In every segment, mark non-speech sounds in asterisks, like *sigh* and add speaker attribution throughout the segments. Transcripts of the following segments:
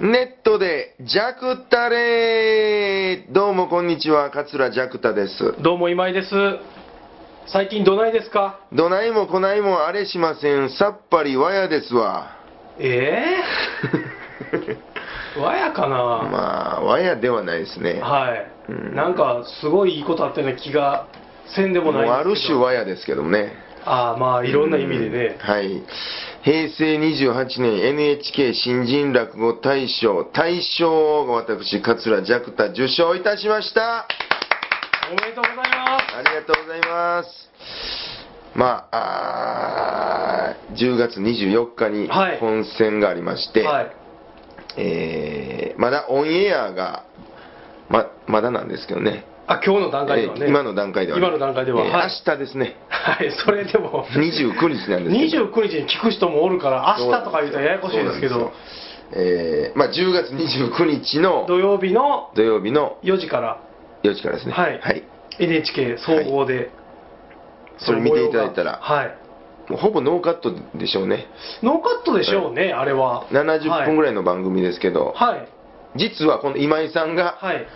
Speaker 1: ネットで、ジャクタレーどうもこんにちは、桂ジャクタです。
Speaker 2: どうも今井です。最近どないですか
Speaker 1: どないもこないもあれしません、さっぱりわやです
Speaker 2: *laughs*
Speaker 1: わ。
Speaker 2: え
Speaker 1: *laughs*
Speaker 2: えわやかな、
Speaker 1: まあ、わやではないですね。
Speaker 2: はい、
Speaker 1: うん
Speaker 2: なんかすごいいいことあったような気がせんで
Speaker 1: も
Speaker 2: も
Speaker 1: う
Speaker 2: ないんですけど
Speaker 1: ある種わやですけどもね。
Speaker 2: ああまあいろんな意味で
Speaker 1: うん
Speaker 2: ね、
Speaker 1: はい。平成28年 NHK 新人落語大賞、大賞を私、桂ジャクタ受賞いたしました。
Speaker 2: おめでとうございます
Speaker 1: ありがとうございます。まあ、あー10月24日に
Speaker 2: はい
Speaker 1: 本戦がありまして、
Speaker 2: はい
Speaker 1: えーまだオンエアがままだなんですけどね、
Speaker 2: あ今日の段階ではね、
Speaker 1: えー今の段階では、
Speaker 2: 今の段階では
Speaker 1: えー
Speaker 2: はい
Speaker 1: 明日ですね、
Speaker 2: はいそれでも
Speaker 1: 29日なんですけど、
Speaker 2: 29日に聞く人もおるから明日とか言うとややこしいんですけ
Speaker 1: そうな
Speaker 2: ど
Speaker 1: んですよえーまあ、10月29日の
Speaker 2: 土曜日の
Speaker 1: 土曜日の
Speaker 2: 4時から
Speaker 1: 4時からですね、
Speaker 2: はい NHK 総合で、
Speaker 1: それ見ていただいたら、
Speaker 2: はい
Speaker 1: もうほぼノーカットでしょうね、
Speaker 2: ノーカットでしょうね、あれは。
Speaker 1: 70分ぐ
Speaker 2: ら
Speaker 1: ら
Speaker 2: い。
Speaker 1: いの番組ですけど、
Speaker 2: はい。
Speaker 1: 実はこの今井さんが
Speaker 2: はい。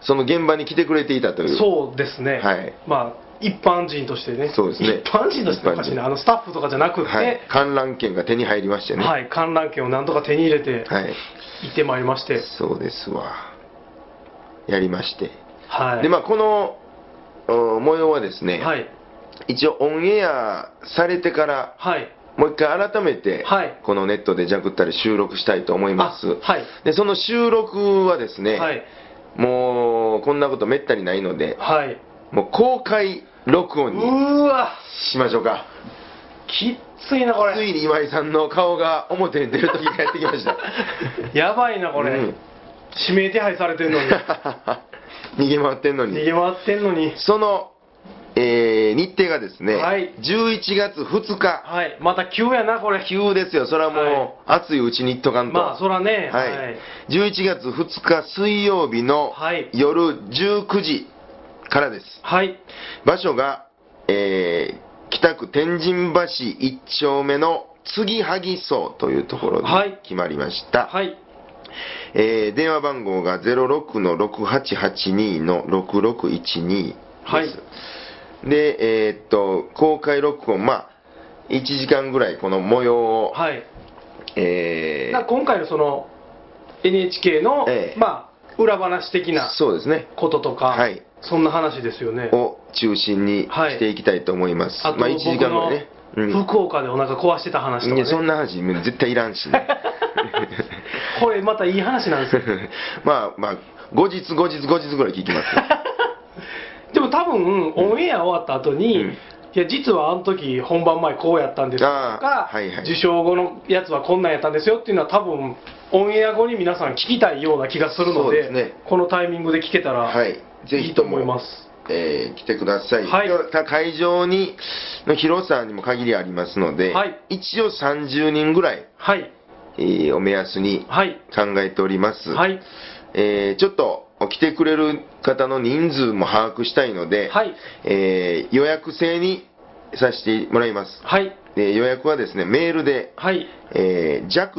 Speaker 1: その現場に来てくれていたという
Speaker 2: そうですね。
Speaker 1: はい
Speaker 2: まあ、一般人としてね。
Speaker 1: そうですね
Speaker 2: 一般人としておかし
Speaker 1: 一
Speaker 2: い
Speaker 1: 般
Speaker 2: な。
Speaker 1: 人
Speaker 2: あの、スタッフとかじゃなくて、は
Speaker 1: はいい、観覧券が手に入りましてね
Speaker 2: 観覧券をなんとか手に入れて、
Speaker 1: はい
Speaker 2: 行ってまいりまして。
Speaker 1: そうですわやりまして、
Speaker 2: はい。
Speaker 1: でまあこのお模様はですね、
Speaker 2: はい。
Speaker 1: 一応オンエアされてから
Speaker 2: はい。
Speaker 1: もう一回改めて、
Speaker 2: はい
Speaker 1: このネットでジャクったり収録したいと思います
Speaker 2: あはい
Speaker 1: でその収録はですね、
Speaker 2: はい。
Speaker 1: もうこんなことめったにないので
Speaker 2: はい。
Speaker 1: もう公開録
Speaker 2: う
Speaker 1: 音に
Speaker 2: ーわ、
Speaker 1: しましょうか
Speaker 2: きっついな、こ
Speaker 1: つ
Speaker 2: れ。
Speaker 1: いに今井さんの顔が表に出る時がやってきま
Speaker 2: *laughs*
Speaker 1: した
Speaker 2: やばいな、これ。
Speaker 1: うん *laughs*
Speaker 2: 指名手配されてんのに。
Speaker 1: 逃げ回ってんの
Speaker 2: 逃
Speaker 1: に
Speaker 2: げ回ってんのに。
Speaker 1: その、えー日程がですね、
Speaker 2: はい
Speaker 1: 11月2日
Speaker 2: はい。また急やな、これ。
Speaker 1: 急ですよそれはもう、
Speaker 2: はい
Speaker 1: 暑いうちに行っとかんと
Speaker 2: まあ、そらね。
Speaker 1: はい11月2日水曜日の
Speaker 2: はい
Speaker 1: 夜19時からです
Speaker 2: はい。
Speaker 1: 場所が、えー北区天神橋1丁目の継ぎはぎ荘というところに
Speaker 2: はい
Speaker 1: 決まりました、
Speaker 2: はい。
Speaker 1: えー電話番号が06の6882の6612です。
Speaker 2: はい
Speaker 1: で、えーっと、公開録音、まあ、1時間ぐらいこの模様を、
Speaker 2: はい。
Speaker 1: えー
Speaker 2: だから今回のその NHK の、
Speaker 1: ええ
Speaker 2: まあ、裏話的な
Speaker 1: そうですね、
Speaker 2: こととか、
Speaker 1: はい
Speaker 2: そんな話ですよね。
Speaker 1: を中心に
Speaker 2: はい
Speaker 1: していきたいと思います。
Speaker 2: あと、
Speaker 1: まあ、1
Speaker 2: 僕
Speaker 1: 時間ぐら
Speaker 2: の
Speaker 1: いね。うん
Speaker 2: 福岡でお腹壊してた話と
Speaker 1: いやそ
Speaker 2: か、
Speaker 1: ん
Speaker 2: ね、
Speaker 1: な話、絶対いらんし
Speaker 2: *laughs*
Speaker 1: ね。 *laughs*
Speaker 2: これまたいい話なんですよ
Speaker 1: まあまあ、後日、後日、後日ぐらい聞きます。
Speaker 2: でも多分オンエア終わった後に、
Speaker 1: うん
Speaker 2: いや実はあの時本番前こうやったんですよと
Speaker 1: あ
Speaker 2: か、
Speaker 1: ーはいはい
Speaker 2: 受賞後のやつはこんなんやったんですよっていうのは多分オンエア後に皆さん聞きたいような気がする
Speaker 1: そ
Speaker 2: ので
Speaker 1: うですね
Speaker 2: このタイミングで聞けたら、
Speaker 1: はい、ぜ
Speaker 2: い
Speaker 1: ひ
Speaker 2: いと
Speaker 1: とも
Speaker 2: 思います。
Speaker 1: えー来てください、
Speaker 2: はい
Speaker 1: た会場にの広さにも限りありますので、
Speaker 2: はい
Speaker 1: 一応30人ぐらい、
Speaker 2: はい
Speaker 1: えーお目安に
Speaker 2: はい
Speaker 1: 考えております、
Speaker 2: はい
Speaker 1: えーちょっと来てくれる方の人数も把握したいので、
Speaker 2: はい
Speaker 1: えー予約制にさせてもらいます、
Speaker 2: はい
Speaker 1: えー予約はですねメールで
Speaker 2: はい
Speaker 1: えー、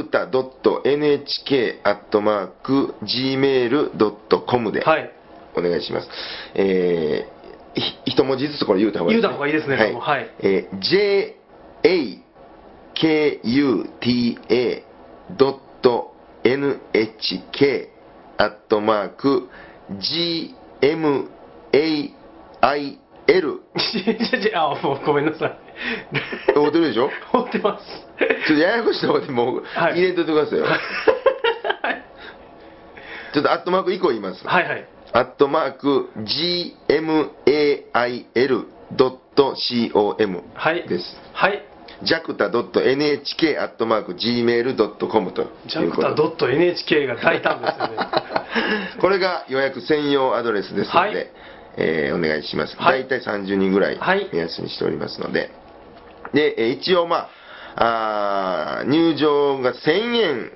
Speaker 1: jacta.nhk.gmail.com で
Speaker 2: はい
Speaker 1: お願いします。えーひ一文字ずつこれ言うた方がいい
Speaker 2: 言うた方がいいですね
Speaker 1: はい。
Speaker 2: 多分はい *laughs*
Speaker 1: えー j a k u t a n h k アットマーク g m a i l
Speaker 2: あ、もうごめんなさい。 *laughs*
Speaker 1: 合ってるでしょ？
Speaker 2: 持ってます。
Speaker 1: ちょっとややこしい方でもう
Speaker 2: はい
Speaker 1: 入れといてくださいよ。 *laughs* ちょっとアットマーク以降言います。
Speaker 2: はいはい。
Speaker 1: アットマーク gmail.com
Speaker 2: はい。
Speaker 1: です。
Speaker 2: はい。
Speaker 1: jacta.nhk.gmail.com と
Speaker 2: ジ
Speaker 1: い
Speaker 2: ャ
Speaker 1: う
Speaker 2: ク
Speaker 1: こと
Speaker 2: タ .nhk が大胆です
Speaker 1: *laughs*
Speaker 2: よね。
Speaker 1: これが予約専用アドレスですので、
Speaker 2: はい
Speaker 1: えーお願いします。
Speaker 2: はい
Speaker 1: 大体30人ぐらい
Speaker 2: はい
Speaker 1: 目安にしておりますので。で、えー一応まあ、あー入場が1000円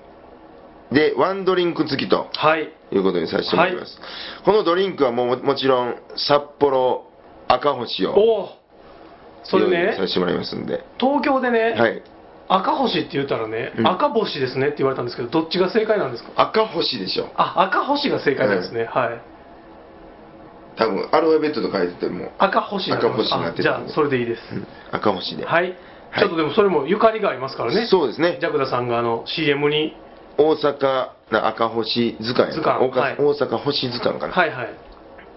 Speaker 1: でワンドリンク付きと。
Speaker 2: はい。
Speaker 1: ということにさせてもらいます、このドリンクはもうもちろん札幌赤星を
Speaker 2: おお。それ
Speaker 1: 用意さ
Speaker 2: ね、
Speaker 1: せてもらいますんで
Speaker 2: 東京でね、
Speaker 1: はい
Speaker 2: 赤星って言ったらね、
Speaker 1: うん
Speaker 2: 赤星ですねって言われたんですけどどっちが正解なんですか
Speaker 1: 赤星でしょ
Speaker 2: あ赤星が正解なんですね、はい
Speaker 1: 多分アルファベットと書いてても
Speaker 2: 赤星になってます
Speaker 1: 赤星になって
Speaker 2: あ
Speaker 1: る
Speaker 2: じゃあそれでいいです、
Speaker 1: うん赤星で、
Speaker 2: はい、ちょっとでもそれもゆかりがありますからね
Speaker 1: そうですね
Speaker 2: ジャクダさんがあの CM に
Speaker 1: 大阪な赤星図鑑やな
Speaker 2: 図鑑
Speaker 1: 大阪
Speaker 2: はい
Speaker 1: 大阪星図鑑かな、
Speaker 2: はいはい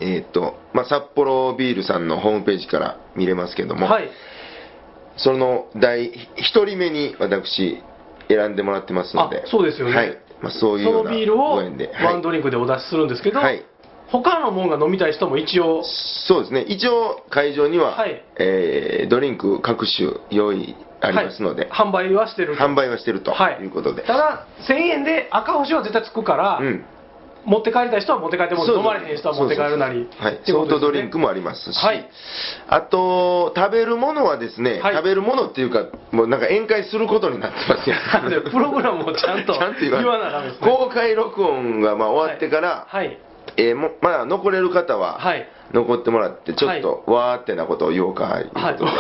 Speaker 1: えーっとまあ、札幌ビールさんのホームページから見れますけども、
Speaker 2: はい
Speaker 1: その第1人目に私選んでもらってますので
Speaker 2: あそうですよね
Speaker 1: はいまあ、そ
Speaker 2: そう
Speaker 1: いうよう
Speaker 2: の
Speaker 1: な
Speaker 2: ビールを
Speaker 1: ご縁で、
Speaker 2: ワンドリンクでお出しするんですけど、
Speaker 1: はいはい
Speaker 2: 他のもんが飲みたい人も一応
Speaker 1: そうですね一応会場には、
Speaker 2: はい
Speaker 1: えードリンク各種用意ありますので、
Speaker 2: はい販売はしてる
Speaker 1: 販売はしてると
Speaker 2: はい
Speaker 1: いうことで、
Speaker 2: ただ1000円で赤星は絶対つくから、
Speaker 1: うん
Speaker 2: 持って帰りたい人は持って帰っても
Speaker 1: そう
Speaker 2: 飲まれへん人は持って帰るなり
Speaker 1: そうそうそうはい
Speaker 2: って
Speaker 1: ソ
Speaker 2: こ
Speaker 1: フ
Speaker 2: と
Speaker 1: ト
Speaker 2: で
Speaker 1: ド
Speaker 2: すね
Speaker 1: リンクもありますし、
Speaker 2: はい
Speaker 1: あと食べるものはですね、
Speaker 2: はい
Speaker 1: 食べるものっていうかもうなんか宴会することになってますよ
Speaker 2: プログラムをちゃん
Speaker 1: *laughs*
Speaker 2: と
Speaker 1: ちゃんと言
Speaker 2: 言
Speaker 1: わない
Speaker 2: わなあかんですね
Speaker 1: 公開録音がまあ終わってから、
Speaker 2: はい
Speaker 1: えーもまあ残れる方は、
Speaker 2: はい
Speaker 1: 残ってもらってちょっと、わーってなことを言おうかいうこと
Speaker 2: はい
Speaker 1: で
Speaker 2: は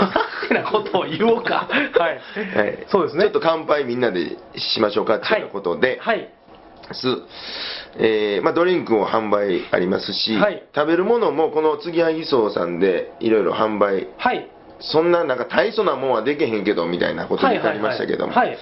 Speaker 2: いなことを言おうかはい、
Speaker 1: はい
Speaker 2: そうですね
Speaker 1: ちょっと乾杯みんなでしましょうかっていうようなことで、
Speaker 2: はい
Speaker 1: すえーまあ、ドリンクも販売ありますし、
Speaker 2: はい
Speaker 1: 食べるものもこの継ぎはぎ荘さんでいろいろ販売
Speaker 2: はい
Speaker 1: そんななんか大層なもんはできへんけどみたいなことになりましたけども、
Speaker 2: はいはいはい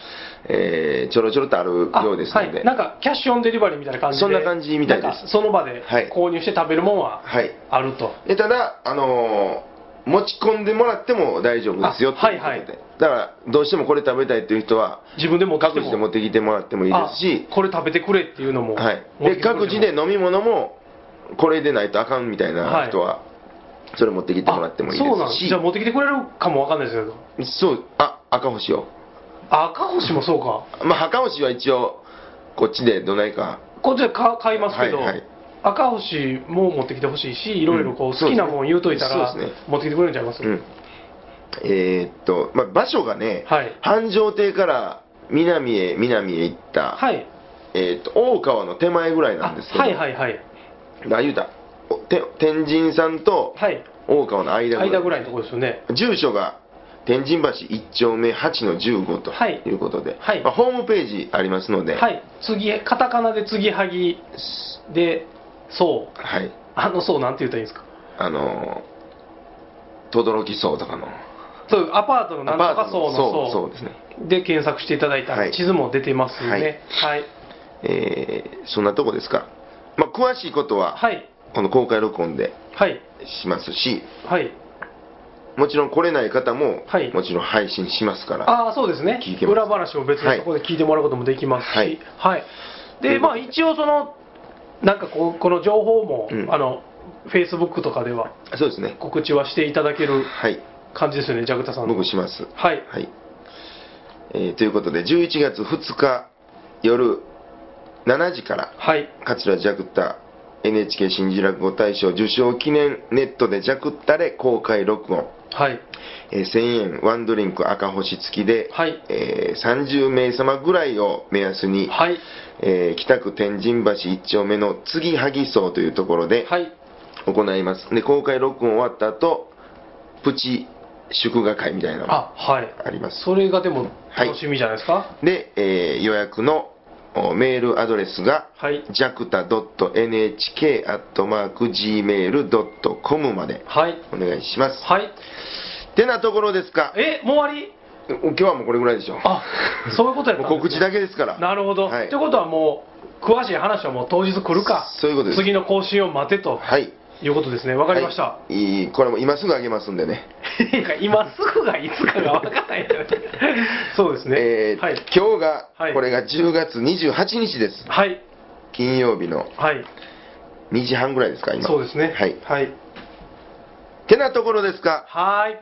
Speaker 1: えーちょろちょろっとある
Speaker 2: あ
Speaker 1: ようですので、
Speaker 2: はい、なんかキャッシュオンデリバリーみたいな感じで
Speaker 1: そんな感じみたいです
Speaker 2: なんかその場で
Speaker 1: はい
Speaker 2: 購入して食べるもんは
Speaker 1: はい
Speaker 2: あると、
Speaker 1: えただ、あのー持ち込んでもらっても大丈夫ですよということで、
Speaker 2: あはいはい
Speaker 1: だからどうしてもこれ食べたいという人は
Speaker 2: 自分で持ってき
Speaker 1: 各
Speaker 2: て
Speaker 1: 自で
Speaker 2: も
Speaker 1: 持ってきてもらってもいいですし
Speaker 2: あこれ食べてくれっていうのも、
Speaker 1: はい、
Speaker 2: 持って
Speaker 1: で
Speaker 2: きてくれても
Speaker 1: 各自で飲み物もこれでないとあかんみたいな人は、それ持ってきてもらってもいいで
Speaker 2: あそうなん
Speaker 1: すし
Speaker 2: じゃあ持ってきてくれるかもわかんないですけど
Speaker 1: そうあ赤星を
Speaker 2: あ赤星もそうか
Speaker 1: まあ赤星は一応こっちでどないか
Speaker 2: こっちでか買いますけど、
Speaker 1: はいはい
Speaker 2: 赤星も持ってきてほしいしいろいろこ
Speaker 1: うん
Speaker 2: う好きな
Speaker 1: そうですね
Speaker 2: もん言うといたら、
Speaker 1: そうですね
Speaker 2: 持ってきてくれるんちゃいます、
Speaker 1: うんえーっと、まあ、場所がね、
Speaker 2: はい
Speaker 1: 繁盛亭から南へ南へ行った、
Speaker 2: はい
Speaker 1: えーっと大川の手前ぐらいなんですけど
Speaker 2: あはいはいはい
Speaker 1: あ言うたおて天神さんと
Speaker 2: はい
Speaker 1: 大川の間ぐらい
Speaker 2: 間ぐらいのところですよね
Speaker 1: 住所が天神橋1丁目8の15と
Speaker 2: はい
Speaker 1: いうことで、
Speaker 2: はい
Speaker 1: まあ、ホームページありますので、
Speaker 2: はい次カタカナで継ぎはぎ
Speaker 1: す
Speaker 2: でそう
Speaker 1: はい、
Speaker 2: あのそうなんて言ったらいいんですか
Speaker 1: あのー、轟荘とかの
Speaker 2: そうアパートのなんとか層の
Speaker 1: そう
Speaker 2: 層
Speaker 1: そうですね、
Speaker 2: で検索していただいた
Speaker 1: はい
Speaker 2: ら地図も出てますよねはい
Speaker 1: えーそんなとこですか、まあ、詳しいことは、
Speaker 2: はい
Speaker 1: この公開録音で
Speaker 2: はい
Speaker 1: しますし
Speaker 2: はい
Speaker 1: もちろん来れない方も、
Speaker 2: はい
Speaker 1: もちろん配信しますから
Speaker 2: ああそうですね
Speaker 1: 聞いてます
Speaker 2: 裏話を別にそこで聞いてもらうこともできますし、
Speaker 1: は
Speaker 2: はいい
Speaker 1: という
Speaker 2: で
Speaker 1: こと
Speaker 2: まあ、一応そのなんかこうこの情報も、
Speaker 1: うん
Speaker 2: あのフェイスブックとかでは
Speaker 1: そうですね
Speaker 2: 告知はしていただける
Speaker 1: はい
Speaker 2: 感じですよねジャグタさんの
Speaker 1: 僕します
Speaker 2: はい
Speaker 1: はい、えーということで11月2日夜7時から
Speaker 2: はい
Speaker 1: 桂ジャクタ NHK 新人落語大賞受賞記念ネットでジャクタで公開録音、
Speaker 2: はい
Speaker 1: えー1000円ワンドリンク赤星付きで、
Speaker 2: はい
Speaker 1: えー30名様ぐらいを目安に、
Speaker 2: はい
Speaker 1: えー北区天神橋1丁目の継ぎはぎ荘というところで
Speaker 2: はい
Speaker 1: 行います、で公開録音終わった後プチ祝賀会みたいなのが
Speaker 2: あはい
Speaker 1: あります
Speaker 2: それがでも
Speaker 1: はい
Speaker 2: 楽しみじゃないですか
Speaker 1: で、えー予約のおメールアドレスが、
Speaker 2: はい
Speaker 1: ジャクタ .nhk.gmail.com まで
Speaker 2: はい
Speaker 1: お願いします。
Speaker 2: はい
Speaker 1: てなところですか、
Speaker 2: えもう終わり
Speaker 1: 今日はもうこれぐらいでしょう。 *laughs*
Speaker 2: あそういうことやったんですね
Speaker 1: もう告知だけですから。
Speaker 2: なるほど、
Speaker 1: はい
Speaker 2: ということはもう詳しい話はもう当日来るか
Speaker 1: そういうことです
Speaker 2: 次の更新を待てと
Speaker 1: はい。
Speaker 2: いうことですねわかりました、
Speaker 1: はいいいこれも今すぐあげますんでね。
Speaker 2: *laughs* なんか今すぐがいつかがわからないん
Speaker 1: *laughs*
Speaker 2: だよねそうですね、
Speaker 1: えー
Speaker 2: はい
Speaker 1: 今日が、
Speaker 2: はい
Speaker 1: これが10月28日です。
Speaker 2: はい
Speaker 1: 金曜日の
Speaker 2: はい
Speaker 1: 2時半ぐらいですか、今。
Speaker 2: そうですね
Speaker 1: はい。
Speaker 2: はい
Speaker 1: てなところですか。
Speaker 2: はーい